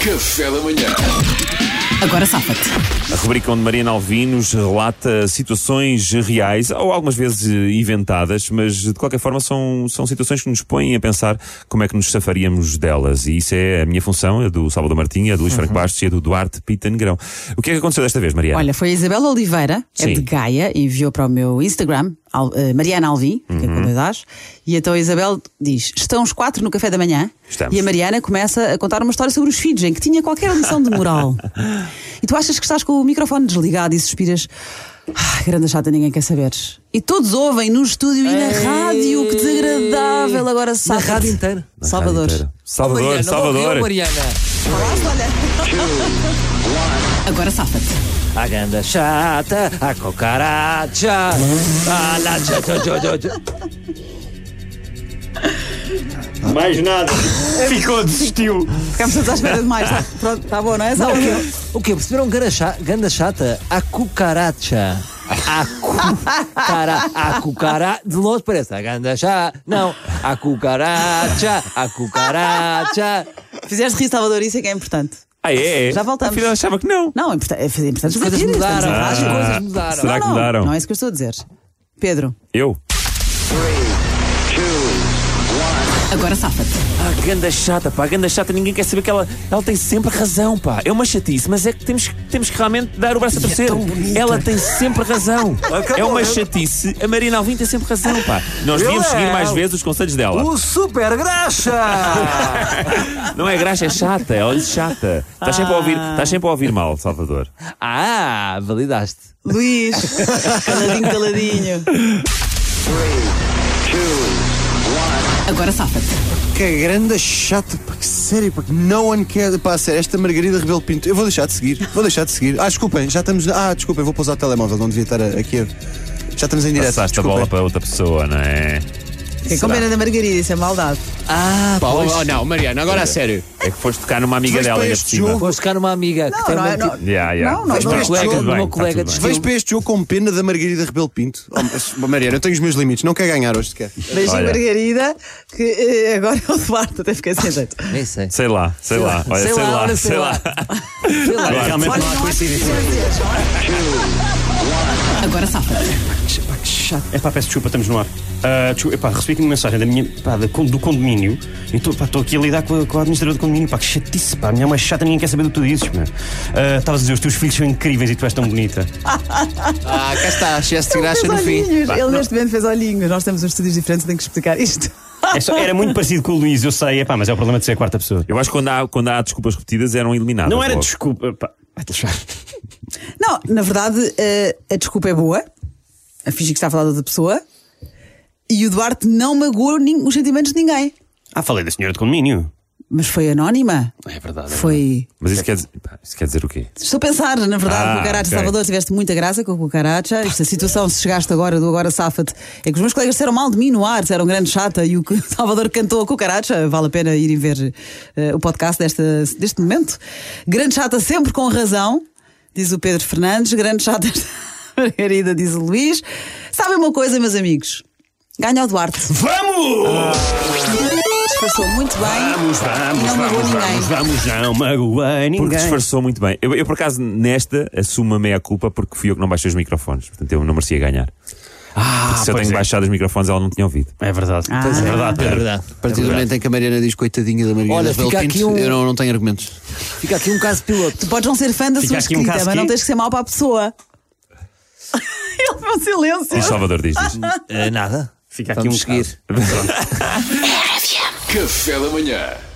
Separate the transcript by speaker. Speaker 1: Café da manhã.
Speaker 2: Agora safa-te.
Speaker 3: A rubrica onde Mariana Alvinos relata situações reais, ou algumas vezes eh, inventadas, mas de qualquer forma são, são situações que nos põem a pensar como é que nos safaríamos delas. E isso é a minha função, a do Salvador Martinha, a do Luís Franco
Speaker 4: Uhum.
Speaker 3: Bastos e a do Duarte Pita Negrão. O que é que aconteceu desta vez, Mariana?
Speaker 2: Olha, foi a Isabela Oliveira, é
Speaker 3: Sim.
Speaker 2: de Gaia, e enviou para o meu Instagram, Al- eh, Mariana Alvim, que
Speaker 5: Uhum.
Speaker 2: é com dois As, e então a Isabel diz: Estão os quatro no café da manhã,
Speaker 3: Estamos.
Speaker 2: e a Mariana começa a contar uma história sobre os filhos, em que tinha qualquer lição de moral. e tu achas que estás com o microfone desligado e suspiras. "Ah, grande chata, ninguém quer saber. E todos ouvem no estúdio e na
Speaker 5: Ei.
Speaker 2: rádio, que desagradável agora
Speaker 5: Na
Speaker 2: sabe.
Speaker 5: rádio inteira.
Speaker 3: Na
Speaker 2: Salvador.
Speaker 3: rádio inteira. Salvador,
Speaker 5: Mariana,
Speaker 3: Salvador.
Speaker 5: morreu, Mariana.
Speaker 2: Agora safa-te.
Speaker 5: A ganda chata, a cucaracha. Ah, A la cha, cha, cha, cha, cha.
Speaker 6: Mais nada. Ficou, desistiu.
Speaker 2: Ficamos todos à espera demais. Tá, pronto, tá bom, não é?
Speaker 5: Não, o
Speaker 2: Salvador?
Speaker 5: quê? O quê? Perceberam ganda cha- ganda chata? A cucaracha. A cucara, a cucara, de longe parece a ganda chata. Não, a cucaracha, a cucaracha.
Speaker 2: Fizeste rir, Salvador, isso é que é importante.
Speaker 3: Ah, é? é.
Speaker 2: Já voltamos.
Speaker 3: Afinal, achava que não.
Speaker 2: Não, é importante. É fazer- é importante
Speaker 5: As coisas
Speaker 2: fazer rir,
Speaker 5: mudaram,
Speaker 2: estamos a
Speaker 5: as
Speaker 2: falar.
Speaker 5: coisas mudaram.
Speaker 3: Ah, será
Speaker 2: não,
Speaker 3: que
Speaker 2: não,
Speaker 3: mudaram?
Speaker 2: Não é isso que eu estou a dizer. Pedro,
Speaker 3: Eu?
Speaker 2: agora safa-te.
Speaker 4: Ah, ganda chata, pá, ganda chata, ninguém quer saber que ela, ela tem sempre razão, pá. É uma chatice, mas é que temos, temos que realmente dar o braço a torcer. ela tem sempre razão. é uma chatice, a Marina Alvim tem sempre razão, pá.
Speaker 3: Nós devíamos
Speaker 4: é
Speaker 3: seguir mais vezes os conselhos dela.
Speaker 4: O super graxa!
Speaker 3: Não é graxa, é chata, ela diz chata. Estás sempre a ouvir, estás sempre a ouvir mal, Salvador.
Speaker 5: Ah, validaste.
Speaker 2: Luís, caladinho, caladinho. Agora safa-te.
Speaker 7: Que grande chato, pá, que sério, pá, que no one quer. Pá, sério, esta Margarida Rebelo Pinto. Eu vou deixar de seguir, vou deixar de seguir. Ah, desculpem, já estamos. Ah, desculpem, vou pousar o telemóvel, não devia estar a- aqui. a- Já estamos em direto.
Speaker 3: Passaste a
Speaker 7: desculpem.
Speaker 3: bola para outra pessoa, não é?
Speaker 2: Fiquei com pena da Margarida, isso é maldade.
Speaker 5: Ah,
Speaker 8: Pá, oh, oh, não, Mariana, agora a sério.
Speaker 3: É que foste tocar numa amiga
Speaker 7: Foste
Speaker 3: dela
Speaker 7: para
Speaker 3: ainda por
Speaker 7: este
Speaker 3: cima.
Speaker 7: jogo.
Speaker 5: vou buscar uma amiga que
Speaker 2: Não,
Speaker 5: tem
Speaker 2: não,
Speaker 5: uma tipo-
Speaker 2: é-
Speaker 5: anti-
Speaker 2: não,
Speaker 3: Yeah, yeah.
Speaker 2: Não, não,
Speaker 3: Mas
Speaker 2: não. é
Speaker 3: para
Speaker 2: Este
Speaker 3: colega,
Speaker 5: jogo,
Speaker 3: tudo
Speaker 5: meu
Speaker 3: bem,
Speaker 5: colega
Speaker 3: está
Speaker 5: de
Speaker 3: tudo bem.
Speaker 7: Vejo para este jogo com pena da Margarida Rebelo Pinto. Oh, mas, Mariana, eu tenho os meus limites, não quer ganhar hoje sequer.
Speaker 2: tipo, Beijinho,
Speaker 3: Olha.
Speaker 2: Margarida, que eh, agora é o Duarte, até fiquei sem jeito.
Speaker 5: Nem sei.
Speaker 3: Sei lá, sei lá, olha, sei lá, sei lá.
Speaker 5: Sei lá.
Speaker 2: Olha, não acho que fizemos Agora safa-te.
Speaker 6: É pá, peço desculpa, estamos no ar. Ah, desculpa, epá, recebi aqui uma mensagem da minha, pá, da con- do condomínio. Então, pá, estou aqui a lidar com a, com a administradora do condomínio. Pá, que chatice, pá, a minha é uma chata, ninguém quer saber do que tu dizes, meu. Ah, Estavas a dizer, os teus filhos são incríveis e tu és tão bonita.
Speaker 8: Ah, cá está, excesso de graxa
Speaker 2: Fez
Speaker 8: no fim.
Speaker 2: olhinhos. Ele neste momento fez olhinhos. Nós temos uns estúdios diferentes, tenho que explicar isto.
Speaker 6: É só- era muito parecido com o Luís, eu sei, é pá, mas é o problema de ser a quarta pessoa.
Speaker 3: Eu acho que quando há, quando há desculpas repetidas eram eliminadas.
Speaker 6: Não era
Speaker 3: logo.
Speaker 6: desculpa, pá. Vai-te lixar.
Speaker 2: Não, na verdade, eh, a desculpa é boa. A fingir que está a falar de outra pessoa. E o Duarte não magoou nin- os sentimentos de ninguém.
Speaker 6: Ah, falei da senhora do condomínio.
Speaker 2: Mas foi anónima.
Speaker 6: É verdade.
Speaker 2: Foi.
Speaker 3: Mas isso quer, dizer, pá, isso quer dizer o quê?
Speaker 2: Estou a pensar, na verdade,
Speaker 3: Ah,
Speaker 2: com o Caracha
Speaker 3: ok.
Speaker 2: Salvador tiveste muita graça com o Cucaracha. Esta situação, se chegaste agora do Agora Safa-te, é que os meus colegas disseram mal de mim no ar, disseram grande chata e o que Salvador cantou a Cucaracha. Vale a pena irem ver eh, o podcast desta, deste momento. Grande chata sempre com razão, diz o Pedro Fernandes. Grande chata esta Margarida, diz o Luís. Sabem uma coisa, meus amigos? Ganha o Duarte.
Speaker 6: Vamos!
Speaker 2: Disfarçou muito bem. E
Speaker 6: Vamos, vamos,
Speaker 2: não magoou
Speaker 6: vamos,
Speaker 2: ninguém.
Speaker 6: vamos, vamos, não magoei ninguém.
Speaker 3: Porque disfarçou muito bem. Eu, eu, por acaso, nesta, assumo a meia-culpa porque fui eu que não baixei os microfones. Portanto, eu não merecia ganhar.
Speaker 6: Ah,
Speaker 3: Se eu
Speaker 6: pois
Speaker 3: tenho
Speaker 6: é.
Speaker 3: baixado os microfones, ela não tinha ouvido.
Speaker 6: É verdade.
Speaker 2: Ah.
Speaker 6: é verdade,
Speaker 5: É
Speaker 6: Pedro.
Speaker 5: verdade.
Speaker 7: A partir do momento em é que a Mariana diz coitadinha da Margarida
Speaker 5: Olha,
Speaker 7: Rebelo
Speaker 5: fica
Speaker 7: Pinto,
Speaker 5: aqui um-
Speaker 7: eu não, não tenho argumentos.
Speaker 4: É
Speaker 5: Fica aqui um caso piloto.
Speaker 2: Tu podes não ser fã da
Speaker 6: Fica
Speaker 2: sua
Speaker 6: aqui um
Speaker 2: escrita,
Speaker 6: caso
Speaker 2: mas
Speaker 6: que-
Speaker 2: não tens que ser mau para a pessoa. Ele foi um silêncio.
Speaker 3: Diz Salvador, diz, diz.
Speaker 5: Eh, nada.
Speaker 6: Fica aqui
Speaker 5: Vamos
Speaker 6: um
Speaker 5: seguir.
Speaker 6: bocado. Pronto.
Speaker 1: Café da manhã.